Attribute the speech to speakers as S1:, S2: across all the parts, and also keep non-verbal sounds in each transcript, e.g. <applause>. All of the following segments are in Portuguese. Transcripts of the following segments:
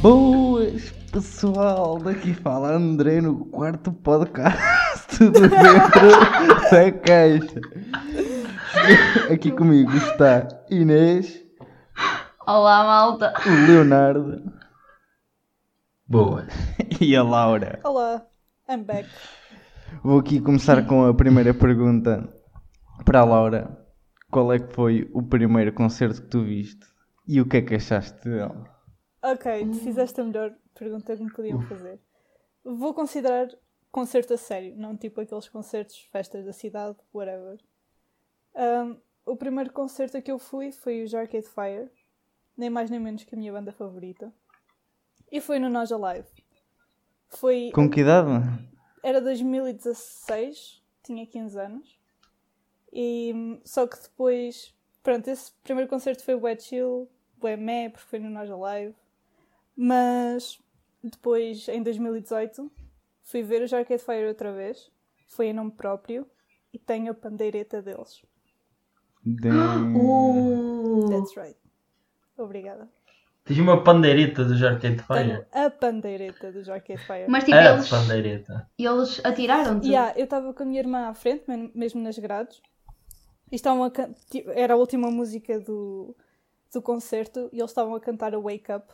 S1: Boas, pessoal! Daqui fala André no quarto podcast do Dentro da Caixa. Aqui comigo está Inês,
S2: Olá, malta.
S1: o Leonardo
S3: Boas.
S1: e a Laura.
S4: Olá, I'm back.
S1: Vou aqui começar com a primeira pergunta para a Laura. Qual é que foi o primeiro concerto que tu viste e o que é que achaste dela?
S4: Ok, tu fizeste a melhor pergunta que me podiam fazer. Vou considerar concerto a sério, não tipo aqueles concertos, festas da cidade, whatever. Um, o primeiro concerto a que eu fui foi os Arcade Fire, nem mais nem menos que a minha banda favorita. E foi no Nós Alive. Foi,
S1: Com que idade?
S4: era 2016, tinha 15 anos. E hum, só que depois, pronto, esse primeiro concerto foi bué chill, bué meh, porque foi no Nós Alive. Mas depois, em 2018, fui ver os Arcade Fire outra vez. Foi em nome próprio e tenho a pandeireta deles.
S1: Damn.
S2: Uh,
S4: That's right. Obrigada.
S3: Tens uma pandeireta dos Arcade Fire?
S4: Tenho a pandeireta dos Arcade Fire.
S2: mas tipo,
S3: É,
S2: eles,
S3: pandeireta.
S2: eles atiraram-te.
S4: Yeah, eu estava com a minha irmã à frente, men- mesmo nas grades. E estavam a can- ti- Era a última música do, do concerto e eles estavam a cantar a Wake Up.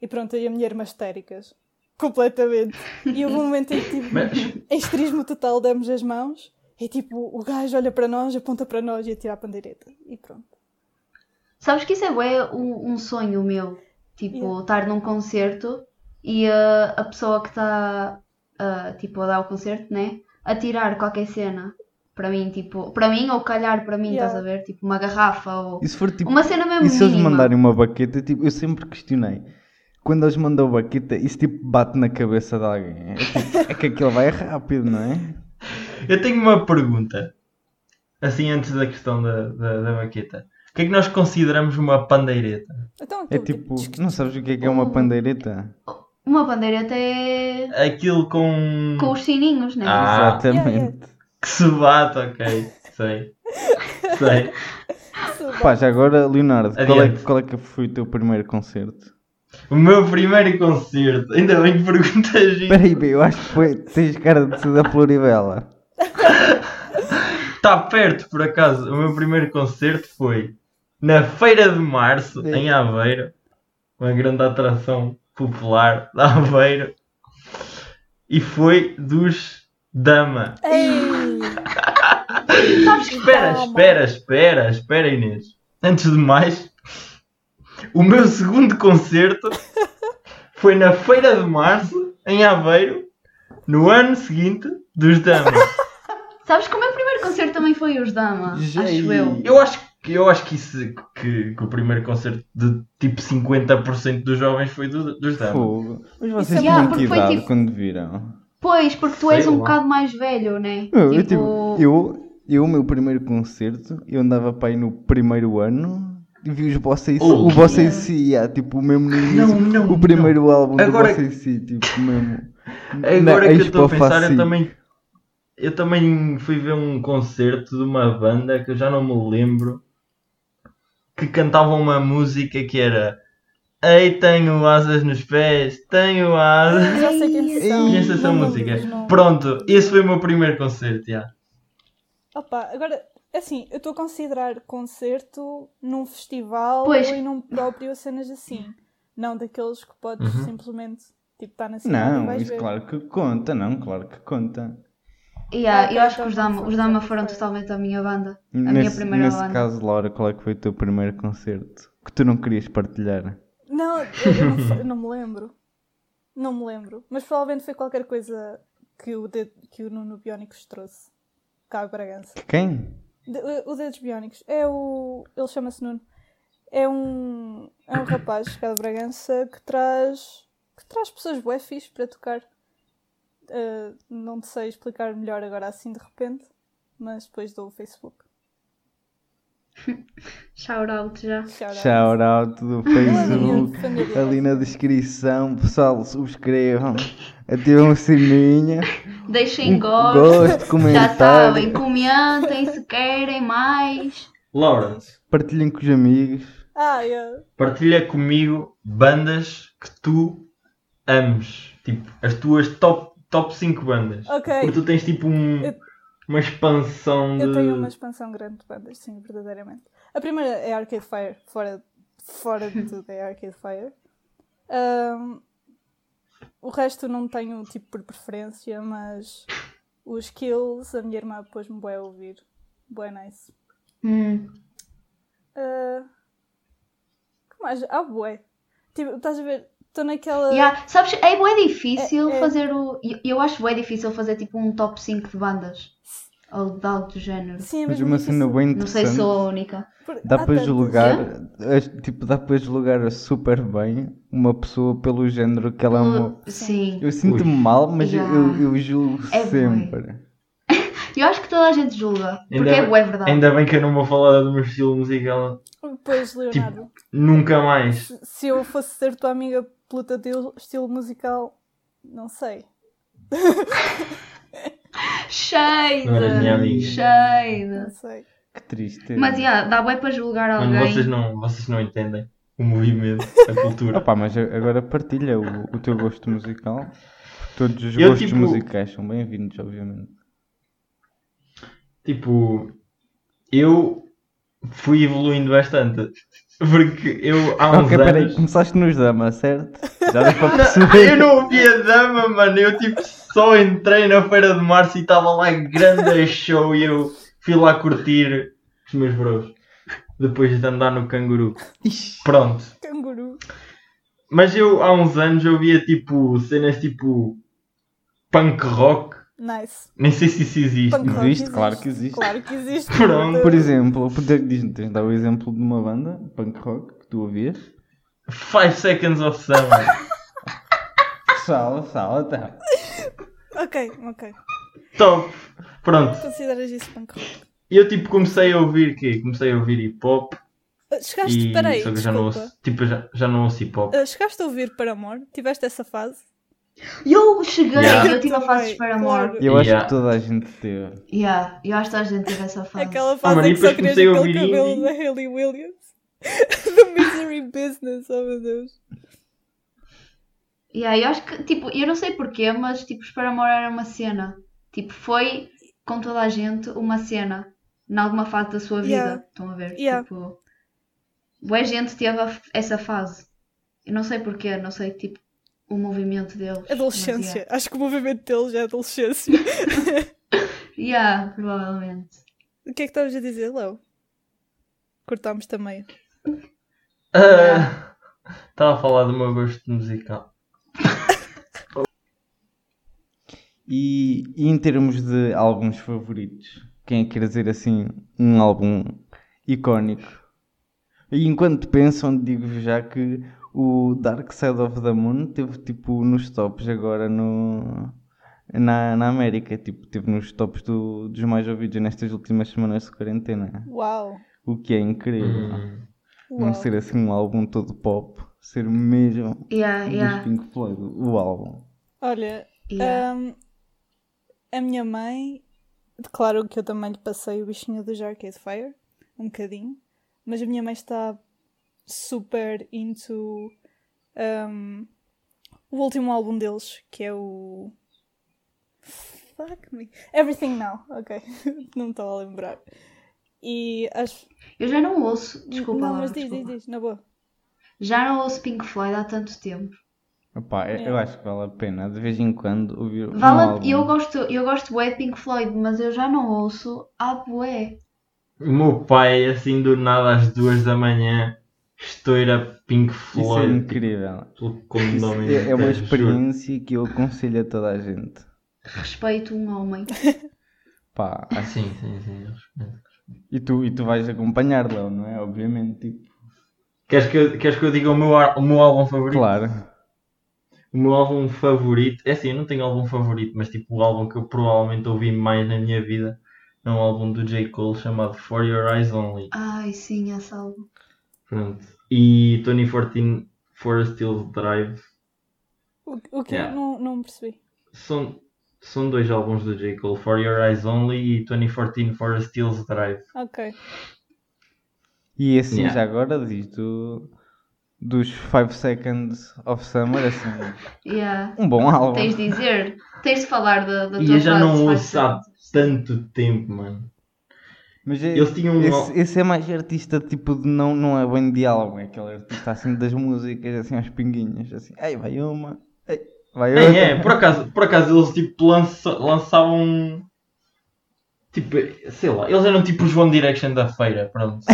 S4: E pronto, eu e a minha irmã histéricas. Completamente. E houve um momento em que, tipo,
S3: Mas,
S4: em estrismo total, demos as mãos e, tipo, o gajo olha para nós, aponta para nós e atira a pandeireta. E pronto.
S2: Sabes que isso é bué o- um sonho meu. Tipo,
S4: Yeah.
S2: estar num concerto e ah, a pessoa que está ah, tipo, a dar o concerto, né? Atirar qualquer cena. Para mim, tipo, para mim ou calhar para mim,
S4: Yeah.
S2: estás a ver? Tipo, uma garrafa ou
S1: E se for tipo.
S2: uma cena mesmo
S1: E se eles
S2: mínima.
S1: mandarem uma baqueta, tipo, eu sempre questionei. Quando eles mandam a baqueta, isso tipo bate na cabeça de alguém. É, tipo, é que aquilo vai rápido, não
S2: <laughs>
S1: é?
S3: <laughs> eu tenho uma pergunta. Assim, antes da questão da, da, da baqueta. O que é que nós consideramos uma pandeireta?
S4: Então,
S1: É
S4: aquilo,
S1: tipo,
S4: tsk,
S1: não sabes o que é que é uma pandeireta?
S2: Uma bandeira até
S3: Aquilo com.
S2: com os sininhos, né?
S3: Ah.
S1: Exatamente.
S3: Que se bate, ok. Sei. Sei.
S4: tsk,
S1: Pá, já agora, Leonardo, qual é,
S3: Adiante.
S1: que- qual é que foi o teu primeiro concerto?
S3: O meu primeiro concerto. Ainda bem que perguntas isso.
S1: Espera aí, bem, eu acho que foi. Tens cara de ser da Floribela.
S3: Está Tá perto, por acaso. O meu primeiro concerto foi na Feira de Março,
S1: Sim.
S3: em Aveiro. Uma grande atração popular de Aveiro. E foi dos Dama.
S4: Ei!
S2: Sabes que
S3: Espera,
S4: Dama.
S3: espera, espera, espera, Inês. Antes de mais, o meu segundo concerto foi na Feira de Março, em Aveiro, no ano seguinte dos Dama.
S2: Sabes que o meu primeiro concerto também foi os Dama, acho eu.
S3: Eu acho que, eu acho que, isso, que, que o primeiro concerto de tipo 50% dos jovens foi do- dos Dama.
S1: Fogo. Mas vocês
S4: é-
S2: Yeah,
S1: tinham que
S2: porque foi
S1: idade
S2: tipo-
S1: quando viram?
S2: Pois, porque tu
S3: Sei
S2: és um
S3: lá.
S2: bocado mais velho, né?
S1: Eu, eu, tipo, eu, eu, o meu primeiro concerto, eu andava para aí no primeiro ano e vi os Bossa IC.
S3: Oh, Ah,
S1: o Bossa
S2: yeah.
S1: IC, yeah, tipo, mesmo no início,
S3: Não, não,
S1: o primeiro álbum
S3: Agora-
S1: do Bossa IC, tipo, mesmo.
S3: <laughs>
S1: é
S3: Agora
S1: na
S3: que eu estou a
S1: Expo
S3: pensar,
S1: Faci.
S3: eu também, eu também fui ver um concerto de uma banda que eu já não me lembro que cantava uma música que era Ei, tenho asas nos pés, tenho asas.
S4: Já sei quem são.
S1: Ei. é
S3: Conheço essa
S4: Não me
S3: música.
S4: lembro dos nomes.
S3: Pronto, esse foi o meu primeiro concerto. já.
S4: Opa, agora, assim, eu estou a considerar concerto num festival
S2: Pois.
S4: ou em um próprio cenas assim. Não daqueles que podes
S3: Uhum.
S4: simplesmente, tipo, estar na cidade e
S1: Não,
S4: vais
S1: isso
S4: ver.
S1: claro que conta, não, claro que conta.
S2: Yeah,
S4: Ah,
S2: eu acho que
S4: então
S2: os
S4: não
S2: Dama,
S4: foi
S2: os Dama
S4: só
S2: foram
S4: isso.
S2: totalmente a minha banda. A minha
S1: nesse
S2: primeira
S1: nesse
S2: banda.
S1: caso, Laura, qual é que foi o teu primeiro concerto que tu não querias partilhar?
S4: Não, eu eu não,
S1: <laughs>
S4: sei- não me lembro. Não me lembro. Mas provavelmente foi qualquer coisa que o, dedo, que o Nuno Bionicos trouxe. Cá a Bragança.
S1: Que quem?
S4: De- o, o Dedos Biónicos é o. Ele chama-se Nuno. É um. É um rapaz cá de Bragança que traz. que traz pessoas bué fixe para tocar. Ah, não te sei explicar melhor agora assim de repente, mas depois dou o Facebook.
S2: Shout out já.
S4: Shout out.
S1: Shout out do
S4: Ele é
S1: Facebook.
S4: minha família.
S1: Ali na descrição, pessoal, subscrevam, ativam o sininho,
S2: Deixem Hum, gosto.
S1: gosto,
S2: Já sabem,
S1: comentário,
S2: comentem se querem mais.
S3: Laura,
S1: partilhem com os amigos.
S4: Ah, eu.
S3: partilha comigo bandas que tu ames. Tipo, as tuas top, top 5 bandas.
S4: Ok.
S3: Porque tu tens tipo um-
S4: Eu-
S3: uma expansão de.
S4: Eu tenho uma expansão grande de bandas, sim, verdadeiramente. A primeira é Arcade Fire, fora, fora de tudo é Arcade Fire. Ahm, o resto não tenho tipo por preferência, mas os Kills, a minha irmã pôs-me bué a ouvir. Bué nice.
S2: Hum.
S4: Ah, que mais? Ah, bué. Tipo, estás a ver? Estou naquela...
S2: Yeah. Sabes, é bem difícil
S4: É- é-
S2: fazer o. eu- Eu acho bem difícil fazer tipo um top 5 de bandas. Ou de algo do género.
S4: Sim, é
S1: Mas
S4: mesmo
S1: uma cena
S4: difícil.
S1: bem
S2: Não sei
S1: interessante.
S2: se sou a única.
S4: Por-
S1: Dá
S4: há
S1: para
S4: tantas.
S1: julgar, as- tipo, dá para julgar super bem uma pessoa pelo género que ela amou.
S2: Uh, Sim.
S1: Eu sinto-me mal, mas eu-
S2: Yeah.
S1: eu, eu julgo
S2: É bué.
S1: sempre.
S2: Eu acho que toda a gente julga. Porque
S3: Ainda
S2: é
S3: bem-
S2: bué verdade.
S3: Ainda bem que eu não vou falar do meu estilo musical
S4: Pois, Leonardo.
S3: nunca mais.
S4: se se eu fosse ser tua amiga pelo teu teu estilo musical, não sei.
S2: Shade!
S3: Não eras minha amiga.
S2: Shade!
S4: Não sei.
S1: Que triste.
S2: Mas yeah, dá bué para julgar
S3: Mano,
S2: alguém.
S3: vocês não, vocês não entendem o movimento, a
S1: <laughs>
S3: cultura.
S1: Opa, mas a- agora partilha o, o teu gosto musical. Todos os
S3: Eu,
S1: gostos
S3: tipo-
S1: musicais são bem-vindos, obviamente.
S3: tipo, eu fui evoluindo bastante. Porque eu há uns
S1: Ah, ok, peraí,
S3: anos.
S1: começaste nos Dama, certo? Já dá para
S3: Não,
S1: perceber.
S3: eu não ouvia dama, mano. Eu tipo só entrei na Feira de Março e estava lá grande show e eu fui lá curtir os meus bros. Depois de andar no canguru.
S1: Ixi,
S3: Pronto.
S4: Canguru.
S3: Mas eu há uns anos eu via tipo cenas tipo punk rock.
S4: Nice.
S3: Nem sei se isso existe.
S4: Punk rock
S1: Existe, claro que existe.
S4: Claro que existe.
S3: Pronto.
S1: por exemplo, poder- diz-me, tens de dar o exemplo de uma banda, punk rock, que tu ouvias.
S3: Five Seconds of Summer.
S1: Sala, sala, tá.
S4: Ok, ok.
S3: Top. Pronto.
S4: Consideras isso punk rock?
S3: E eu tipo comecei a ouvir quê? Comecei a ouvir hip hop
S4: Ah, Chegaste,
S3: e
S4: peraí,
S3: só que eu já não
S4: desculpa.
S3: ouço, tipo, eu já, já não ouço hip hop.
S4: Ah, chegaste a ouvir Paramore? Tiveste
S3: <laughs>
S4: essa fase?
S2: Eu cheguei,
S3: Yeah.
S2: eu tive a fase de
S4: Também,
S2: Paramore.
S4: claro.
S1: Eu acho
S3: Yeah.
S1: que toda a gente teve.
S2: Yeah, eu acho que toda a gente teve essa fase.
S4: Aquela fase
S3: mano,
S4: em
S3: e
S4: que só
S3: Oh, depois comecei
S4: querias
S3: a
S4: aquele
S3: ouvir
S4: cabelo
S3: indie.
S4: da Hayley Williams. <laughs> The Misery Business, oh meu Deus.
S2: Yeah, eu acho que, tipo, eu não sei porquê, mas tipo, os Paramore era uma cena. Tipo, foi com toda a gente uma cena. Em alguma fase da sua vida.
S4: Yeah.
S2: Estão a ver?
S4: Yeah.
S2: Tipo, boa gente teve a f- essa fase. Eu não sei porquê, não sei, tipo, o movimento deles. mas,
S4: Adolescência. Acho que o movimento deles é adolescência.
S2: yeah. Yeah, provavelmente.
S4: O que é que estavas a dizer, Léo? Cortámos também.
S3: Estava Ah, a falar do meu gosto musical.
S1: E, e em termos de álbuns favoritos, quem é que quer dizer assim um álbum icónico? E enquanto pensam, digo-vos já que o Dark Side of the Moon teve tipo nos tops agora no, na, na América, tipo, teve nos tops do- dos mais ouvidos nestas últimas semanas de quarentena,
S4: Uau!
S1: o que é incrível.
S3: Hum.
S1: Não ser assim um álbum todo pop, ser mesmo
S2: Yeah,
S1: dos
S2: yeah,
S1: Pink Floyd, o álbum.
S4: Olha,
S2: yeah.
S4: hum, a minha mãe, claro que eu também lhe passei o bichinho do Arcade Fire, um bocadinho, mas a minha mãe está super into hum, o último álbum deles, que é o. Fuck me. Everything Now, ok. <laughs> Não me estava a lembrar. E acho.
S2: Eu já não ouço, desculpa,
S4: Não,
S2: Laura,
S4: mas diz, diz,
S2: desculpa.
S4: diz, na boa.
S2: Já não ouço Pink Floyd há tanto tempo.
S1: Epá, eu- eu
S4: É.
S1: acho que vale a pena de vez em quando ouvir um
S2: Vale,
S1: álbum.
S2: eu gosto, eu gosto bué de Pink Floyd, mas eu já não ouço há bué.
S3: O meu pai, assim do nada, às duas da manhã, estoura Pink
S1: Isso é
S3: Floyd.
S1: incrível.
S3: pelo
S1: Isso
S3: condomínio
S1: é, é uma
S3: inteiro, juro.
S1: experiência que eu aconselho a toda a gente.
S2: Respeito um homem.
S1: Pá,
S3: Ah, sim, sim, sim.
S1: e tu, e tu vais acompanhar, Léo, não é? Obviamente, tipo,
S3: Queres que eu, queres que eu diga o meu, ar- o meu álbum favorito?
S1: claro.
S3: O meu álbum favorito, é assim, eu não tenho álbum favorito, mas tipo o álbum que eu provavelmente ouvi mais na minha vida é um álbum do J. Cole chamado For Your Eyes Only.
S2: Ai, sim, essa álbum.
S3: Pronto. E 2014 Forest Hills Drive
S4: O, o que
S3: Yeah.
S4: eu não, não percebi.
S3: são, são dois álbuns do J. Cole, For Your Eyes Only e 2014 Forest Hills Drive.
S4: Ok. <laughs>
S1: E assim,
S3: Yeah.
S1: já agora diz do, dos 5 Seconds of Summer, assim,
S2: Yeah.
S1: um bom álbum.
S2: Tens de dizer, tens de falar da, da
S3: E
S2: tua
S3: eu já
S2: fase
S3: não
S2: mais
S3: ouço há
S2: recente.
S3: tanto tempo, mano.
S1: Mas é-
S3: Eles tinham um
S1: esse,
S3: al-
S1: esse é mais artista, tipo, de não, não é bem de álbum, é aquele artista assim das músicas, assim aos pinguinhos, assim, ei, vai uma, ei, vai outra.
S3: Nem é, por acaso, por acaso eles tipo lança- lançavam. um, Tipo, sei lá, eles eram tipo os One Direction da feira, pronto.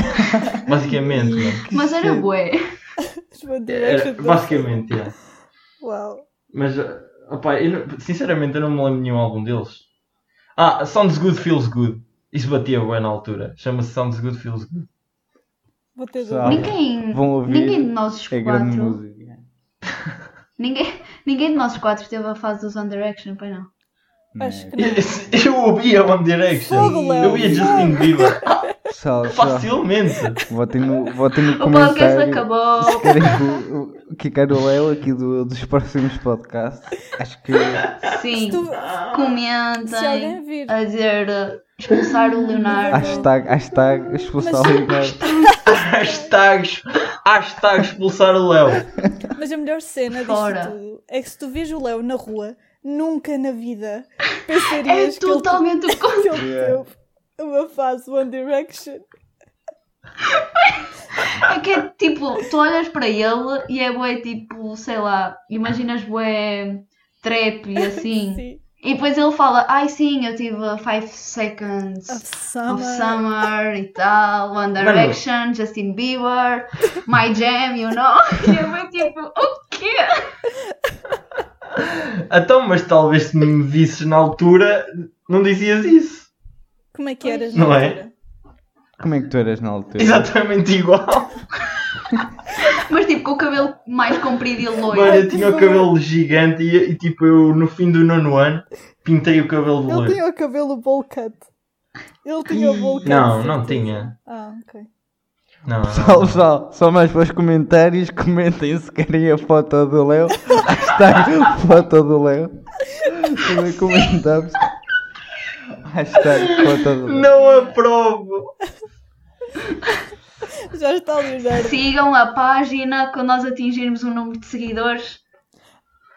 S3: basicamente, mano.
S1: Que
S2: Mas era
S1: shit.
S2: bué.
S4: Os
S3: Era- É, basicamente, é.
S4: Uau.
S3: Mas, eh, opá, eu não- sinceramente eu não me lembro de nenhum álbum deles. Ah, Sounds Good Feels Good. Isso batia bem na altura. Chama-se Sounds Good Feels Good.
S4: Vou ter
S1: Pessoal,
S4: dúvida.
S2: Ninguém,
S1: Vão ouvir,
S2: ninguém de nós os
S1: é grande
S2: quatro,
S1: música.
S2: ninguém, ninguém de nós os quatro teve a fase dos One Direction, pois não?
S4: Acho que
S1: é?
S4: não.
S3: Eu ouvia One Direction.
S4: Fogo, Léo.
S3: Eu ouvia Justin Bieber.
S1: Pessoal, pessoal,
S3: Facilmente.
S1: votem no, votem no
S2: <laughs> O podcast
S1: comentário.
S2: acabou.
S1: Se querem que o- o- que quer o Léo aqui do- dos próximos podcasts, acho que
S2: Sim.
S4: Se, tu, se
S2: Comentem
S4: alguém vir.
S2: a dizer uh, expulsar o Leonardo.
S1: hashtag, hashtag expulsar o
S2: <laughs>
S1: Ricardo.
S3: Hashtags. Hashtags expulsar o Léo.
S4: Mas a melhor cena disto
S2: É. Fora.
S4: tudo é que se tu vês o Léo na rua, nunca
S2: <laughs>
S4: na vida
S2: É
S4: pensarias que ele tá-
S2: totalmente o contrário.
S4: que ele
S1: Yeah.
S4: teve uma fase One Direction.
S2: É que é tipo, tu olhas para ele e é bué tipo, sei lá, imaginas bué trap
S4: <laughs>
S2: e assim.
S4: Sim.
S2: E depois ele fala, ai sim, eu tive 5 seconds
S4: Of
S2: of
S4: Summer.
S2: summer.
S4: <laughs>
S2: e tal, One
S3: Mano.
S2: Direction, Justin Bieber, My Jam, you know? <laughs> E é bué tipo, o quê?
S3: Então, mas talvez se me visses na altura, não dizias isso.
S4: Como é que eras?
S3: Não
S4: na
S3: é?
S4: altura?
S1: Como é que tu eras na altura?
S3: Exatamente igual.
S2: Mas tipo, com o cabelo mais comprido e loiro.
S3: Mano, eu tinha o cabelo gigante e, e, tipo, eu no fim do nono ano pintei o cabelo de
S4: Ele
S3: loiro.
S4: tinha o cabelo bowl cut. Ele tinha o bowl cut.
S3: Não,
S4: de
S3: não
S4: certeza.
S3: tinha.
S4: Ah, ok.
S3: Não,
S1: Pessoal,
S3: não.
S1: pessoal, só mais para os comentários, comentem se querem a foto do Léo. Hashtag foto do Léo. Também comentamos. Hashtag foto do Léo.
S3: Não aprovo.
S4: Já está ali, já era.
S2: Sigam a página quando nós atingirmos um número de seguidores.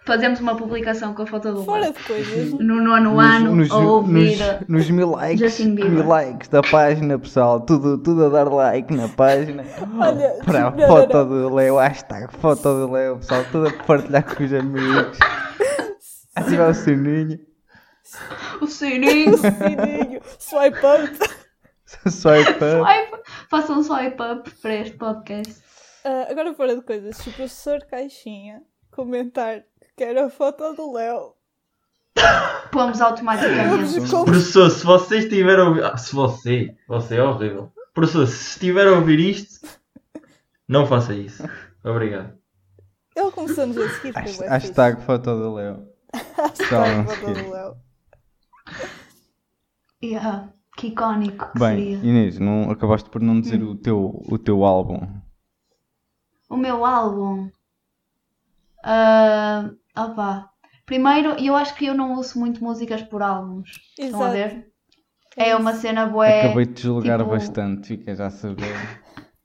S2: Fazemos uma publicação com a foto do
S4: Fora
S2: Lula.
S4: de coisas.
S2: No nono Um ano, a ouvir.
S1: nos- nos mil likes,
S2: Justin Bieber.
S1: mil likes da página, pessoal. Tudo, tudo a dar like na
S2: <laughs>
S1: página. Oh,
S4: Olha,
S1: Para a
S4: não, não,
S1: foto
S4: não.
S1: do Leo, hashtag foto do Leo, pessoal. Tudo a partilhar com os amigos.
S2: <laughs>
S1: Ativar o sininho.
S2: O sininho. <laughs>
S4: Sininho, swipe up.
S1: Swipe up.
S2: Swipe. Façam um swipe up para este podcast.
S4: Ah, agora fora de coisas, se o professor Caixinha comentar que quer a foto do Léo,
S2: Pomos
S4: vamos
S2: automaticamente.
S4: com...
S3: Professor, se você estiver a ouvir. Ah, se você. Você é horrível. Professor, se estiver a ouvir isto, não faça isso. Obrigado.
S4: Ele começou-nos a seguir. foi bué
S1: Hashtag foto do Leo.
S4: fixe.
S1: Calma,
S4: Hashtag foto
S1: seguir.
S4: do Léo.
S2: Yeah, que icónico que
S1: Bem,
S2: seria. Hum.
S1: Inês, não, acabaste por não dizer o, teu, o teu álbum.
S2: O meu álbum. Ah, opa. Primeiro, eu acho que eu não ouço muito músicas por álbuns. Estão a
S4: Exato.
S2: ver? É uma cena bué.
S1: Acabei de desligar
S2: tipo-
S1: bastante, fica já a
S2: <laughs>
S1: saber.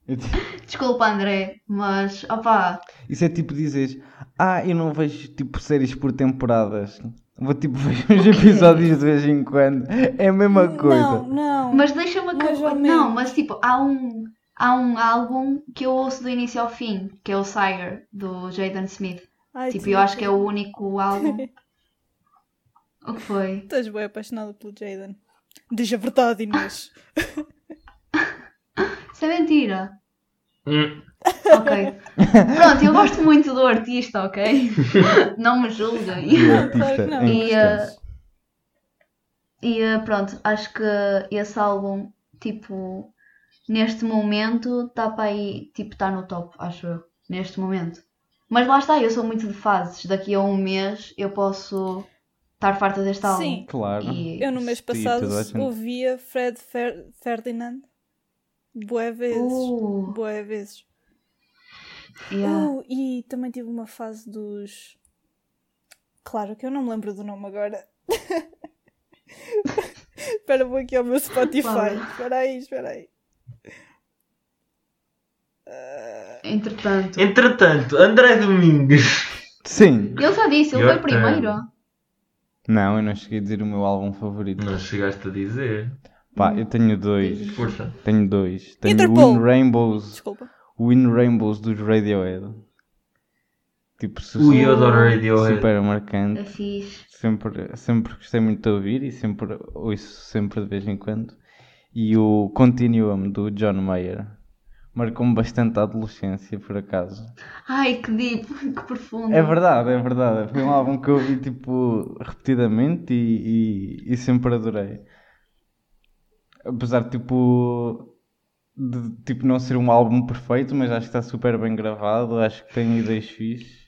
S1: Eu te-
S2: Desculpa, André, mas ah opa,
S1: Isso é tipo dizeres, ah, eu não vejo tipo séries por temporadas. Vou tipo <laughs> ver uns episódios de vez em quando. É a mesma coisa.
S4: <laughs> Não, não.
S2: Mas deixa-me
S4: Mais ou
S2: acabar. Não,
S4: menos.
S2: mas tipo, há um, há um álbum que eu ouço do início ao fim, que é o Sire, do Jaden Smith.
S4: Ai,
S2: tipo,
S4: tu-
S2: eu acho que é o único álbum.
S4: <laughs>
S2: o que foi?
S4: Estás bem apaixonada pelo Jaden. Diz a verdade, Inês.
S2: Isso é mentira.
S3: Hum,
S2: Ok. Pronto, eu gosto muito do artista, ok? Não me julguem.
S1: E o
S4: Não, claro
S1: artista
S4: que não. uh,
S1: em
S2: E, ah,
S1: questão.
S2: E eh, pronto, acho que esse álbum, tipo, neste momento está para aí, tipo, está no top, acho eu, neste momento. Mas lá está, eu sou muito de fases, daqui a um mês eu posso estar farta deste álbum.
S4: Sim.
S1: Claro.
S2: E-
S4: Eu no mês
S1: Sim,
S4: passado
S1: toda a gente.
S4: ouvia Fred Fer- Ferdinand. Boé vezes.
S2: Uh,
S4: Boé vezes.
S2: yeah.
S4: Uh, e também tive uma fase dos. Claro que eu não me lembro do nome agora. <laughs> Espera, vou aqui ao meu Spotify.
S2: Fala.
S4: Espera aí, espera aí.
S2: Entretanto.
S3: Entretanto, André Domingues.
S1: Sim.
S2: Ele já disse, ele
S3: Your
S2: foi o primeiro.
S1: Não, eu não cheguei a dizer o meu álbum favorito.
S3: Não chegaste a dizer.
S1: Pá, eu tenho dois.
S3: Força.
S1: Tenho dois. Tenho o
S4: Interpol.
S1: In Rainbows.
S4: Desculpa.
S1: O In Rainbows dos Radiohead. Tipo, su-
S3: Ui, eu adoro Radiohead.
S1: super marcante.
S2: É fixe.
S1: Sempre, sempre gostei muito de ouvir e sempre ouço sempre de vez em quando. E o Continuum do John Mayer. Marcou-me bastante a adolescência, por acaso.
S2: Ai, que deep, <laughs> que profundo.
S1: É verdade, é verdade. Foi um álbum que eu ouvi tipo repetidamente e, e- e sempre adorei. Apesar de tipo de tipo não ser um álbum perfeito, mas acho que está super bem gravado, acho que tem ideias fixe.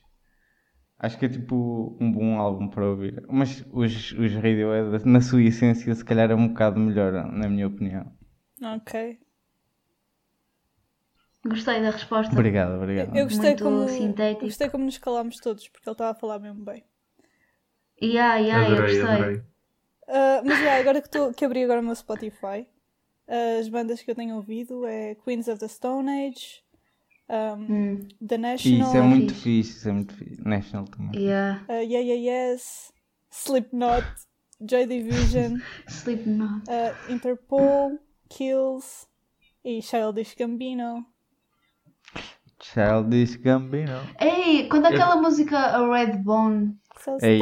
S1: Acho que é tipo um bom álbum para ouvir. Mas os, os Radiohead, na sua essência, se calhar é um bocado melhor, na minha opinião.
S4: Ok.
S2: Gostei da resposta.
S1: Obrigado, obrigado.
S4: Eu gostei
S2: Muito
S4: como,
S2: sintético.
S4: gostei como nos calámos todos, porque ele estava a falar mesmo bem.
S2: Yeah, yeah, eu
S3: adorei,
S2: gostei.
S3: adorei.
S4: Ah, mas já, agora que, tô, que abri agora o meu Spotify, ah, as bandas que eu tenho ouvido é Queens of the Stone Age, um,
S2: Hum,
S4: The
S1: E
S4: National,
S1: isso é muito
S2: fixe.
S1: fixe, isso é muito fixe. National também.
S2: yeah.
S4: ah, Yeah Yeah Yes, Slipknot, Joy Division,
S2: Slipknot.
S4: ah, Interpol, Kills e Childish Gambino.
S1: Childish Gambino. É
S2: Ei, quando aquela música a Red Bone
S4: So
S1: Ei,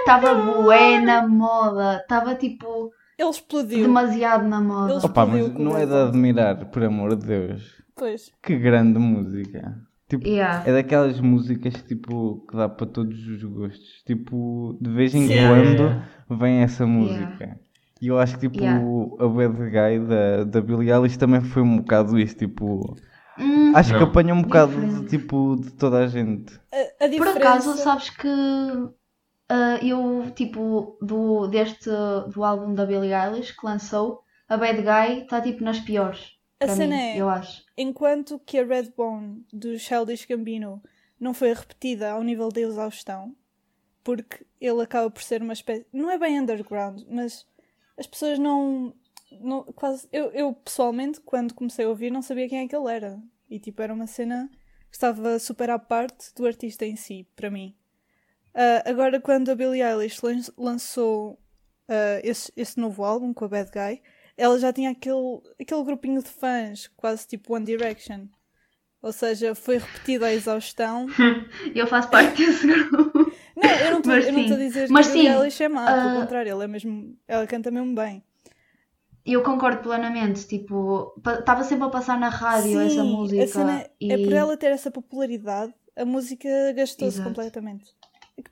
S2: estava bué na moda, estava tipo
S4: Ele explodiu.
S2: demasiado na moda.
S4: Eles-
S1: Opa, mas
S4: Explodiu com
S1: não é de
S4: Red Hot.
S1: admirar, por amor de Deus.
S4: Pois,
S1: Que grande música. Tipo,
S2: Yeah.
S1: é daquelas músicas tipo que dá para todos os gostos. Tipo, de vez em
S3: Yeah,
S1: quando
S3: yeah.
S1: vem essa música. E eu acho que tipo
S2: Yeah.
S1: a Bad Guy da, da Billie Eilish também foi um bocado isso, tipo,
S2: Hum,
S1: acho que
S3: Não.
S1: apanha um bocado de
S2: Diferente.
S1: tipo de toda a gente.
S4: a,
S2: por
S4: a diferença...
S2: acaso, sabes que ah, eu, tipo, do, deste do álbum da Billie Eilish que lançou, a Bad Guy está tipo nas piores.
S4: A
S2: para
S4: cena
S2: mim,
S4: é-
S2: eu acho.
S4: Enquanto que a Redbone do Childish Gambino não foi repetida ao nível de exaustão, porque ele acaba por ser uma espécie. Não é bem underground, mas as pessoas não. não quase, eu, eu, pessoalmente, quando comecei a ouvir, não sabia quem é que ele era. E tipo, era uma cena que estava super à parte do artista em si, para mim. Ah, agora, quando a Billie Eilish lan- lançou ah, esse, esse novo álbum com a Bad Guy, ela já tinha aquele, aquele grupinho de fãs, quase tipo One Direction. Ou seja, foi repetido à
S2: <laughs>
S4: exaustão.
S2: Eu faço parte <laughs> desse grupo.
S4: Não, eu não
S2: Mas
S4: estou a
S2: sim.
S4: dizer
S2: Mas
S4: que a Billie
S2: sim,
S4: Eilish é má, pelo
S2: ah,
S4: contrário, ela, é mesmo, ela canta mesmo bem.
S2: Eu concordo plenamente, tipo, estava sempre a passar na rádio
S4: sim,
S2: essa música.
S4: a cena
S2: e...
S4: é por ela ter essa popularidade, a música gastou-se
S2: Exato.
S4: completamente.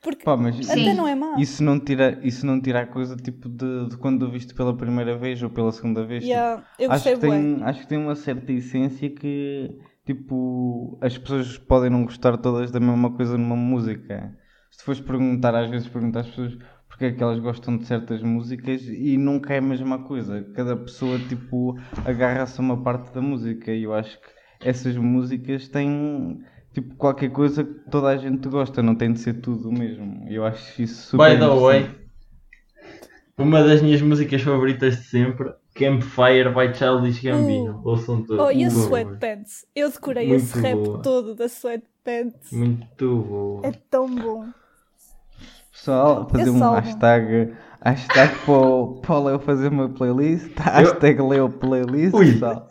S4: Porque
S1: Pá, mas
S2: Sim.
S4: até não é má.
S1: isso não tira, isso não tira a coisa tipo de, de quando o viste pela primeira vez ou pela segunda vez. tipo,
S4: Yeah, eu
S1: acho
S4: gostei
S1: que,
S4: bem.
S1: tem, acho que tem uma certa essência que, tipo, as pessoas podem não gostar todas da mesma coisa numa música. Se tu fores perguntar, às vezes perguntar às pessoas porque é que elas gostam de certas músicas e nunca é a mesma coisa. Cada pessoa, tipo, agarra-se a uma parte da música e eu acho que essas músicas têm, tipo, qualquer coisa que toda a gente gosta, não tem de ser tudo o mesmo. Eu acho isso super
S3: By the way,
S1: interessante.
S3: uma das minhas músicas favoritas de sempre, Campfire by Childish Gambino. Ouçam todos.
S4: Oh, e a
S3: Muito
S4: Sweatpants? Eu decorei
S3: Muito
S4: esse rap
S3: boa.
S4: todo da Sweatpants.
S3: boa. Muito boa.
S4: É tão bom.
S1: Pessoal, fazer
S4: Esse
S1: um
S4: álbum.
S1: hashtag, hashtag para, o, para o Leo fazer uma playlist. Hashtag Leo playlist,
S3: Ui.
S1: pessoal.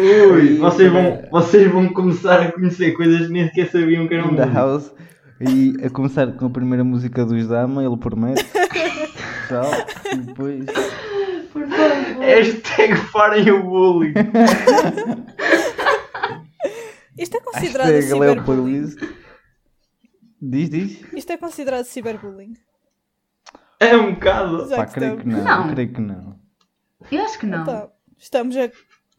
S3: Ui, vocês vão, vocês vão começar a conhecer coisas que nem sequer sabiam que um eram
S1: In the
S3: músicas.
S1: house. E a começar com a primeira música dos Dama, ele promete. pessoal, e depois.
S2: Por favor.
S3: Hashtag farem o bullying.
S4: Isto é considerado
S1: Hashtag Leo
S4: ciberbullying.
S1: playlist. Diz, diz.
S4: Isto é considerado ciberbullying.
S3: É um bocado.
S4: Já
S1: Pá,
S4: que
S1: creio que
S4: estamos.
S1: não,
S2: Não.
S1: creio que não.
S2: Eu acho que não.
S4: Pá, Então, estamos a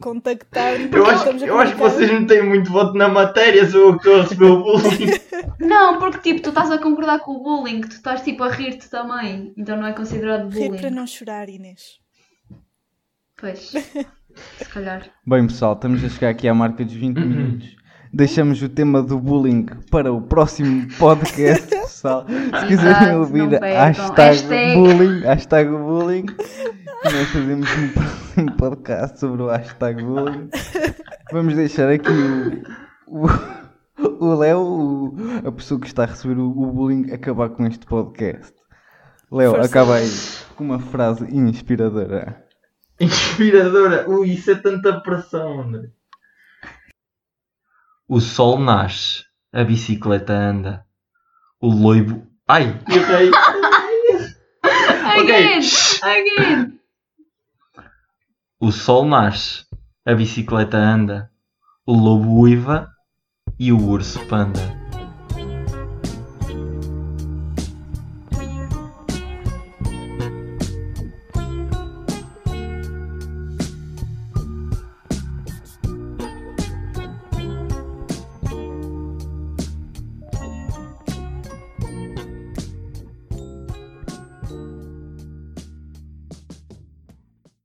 S4: contactar.
S3: Eu acho,
S4: estamos a
S3: eu acho que
S4: comunicar.
S3: vocês não têm muito voto na matéria, sou eu que estou a receber o bullying.
S4: <laughs>
S2: Não, porque tipo, tu estás a concordar com o bullying, tu estás tipo a rir-te também, então não é considerado
S4: Rir para
S2: bullying.
S4: não chorar, Inês. <laughs>
S2: Pois, se calhar.
S1: Bem, pessoal, estamos a chegar aqui à marca dos 20
S2: Uhum.
S1: minutos. Deixamos o tema do bullying para o próximo
S2: <laughs>
S1: podcast, pessoal. Se quiserem
S2: Exato,
S1: ouvir,
S2: Ah, não percam.
S1: hashtag,
S2: Hashtag.
S1: bullying, hashtag <laughs> um bullying. Nós fazemos um próximo podcast sobre o hashtag bullying. Vamos deixar aqui o. o- o Léo, o- a pessoa que está a receber o, o bullying, acabar com este podcast. Léo,
S4: Força.
S1: acaba aí com uma frase inspiradora.
S3: Inspiradora. Ui, isso é tanta pressão, André. O sol nasce, a bicicleta anda, o loibo. Ai, errei.
S2: Again!
S3: shh.
S2: Again!
S3: O sol nasce, a bicicleta anda, o lobo uiva e o urso panda.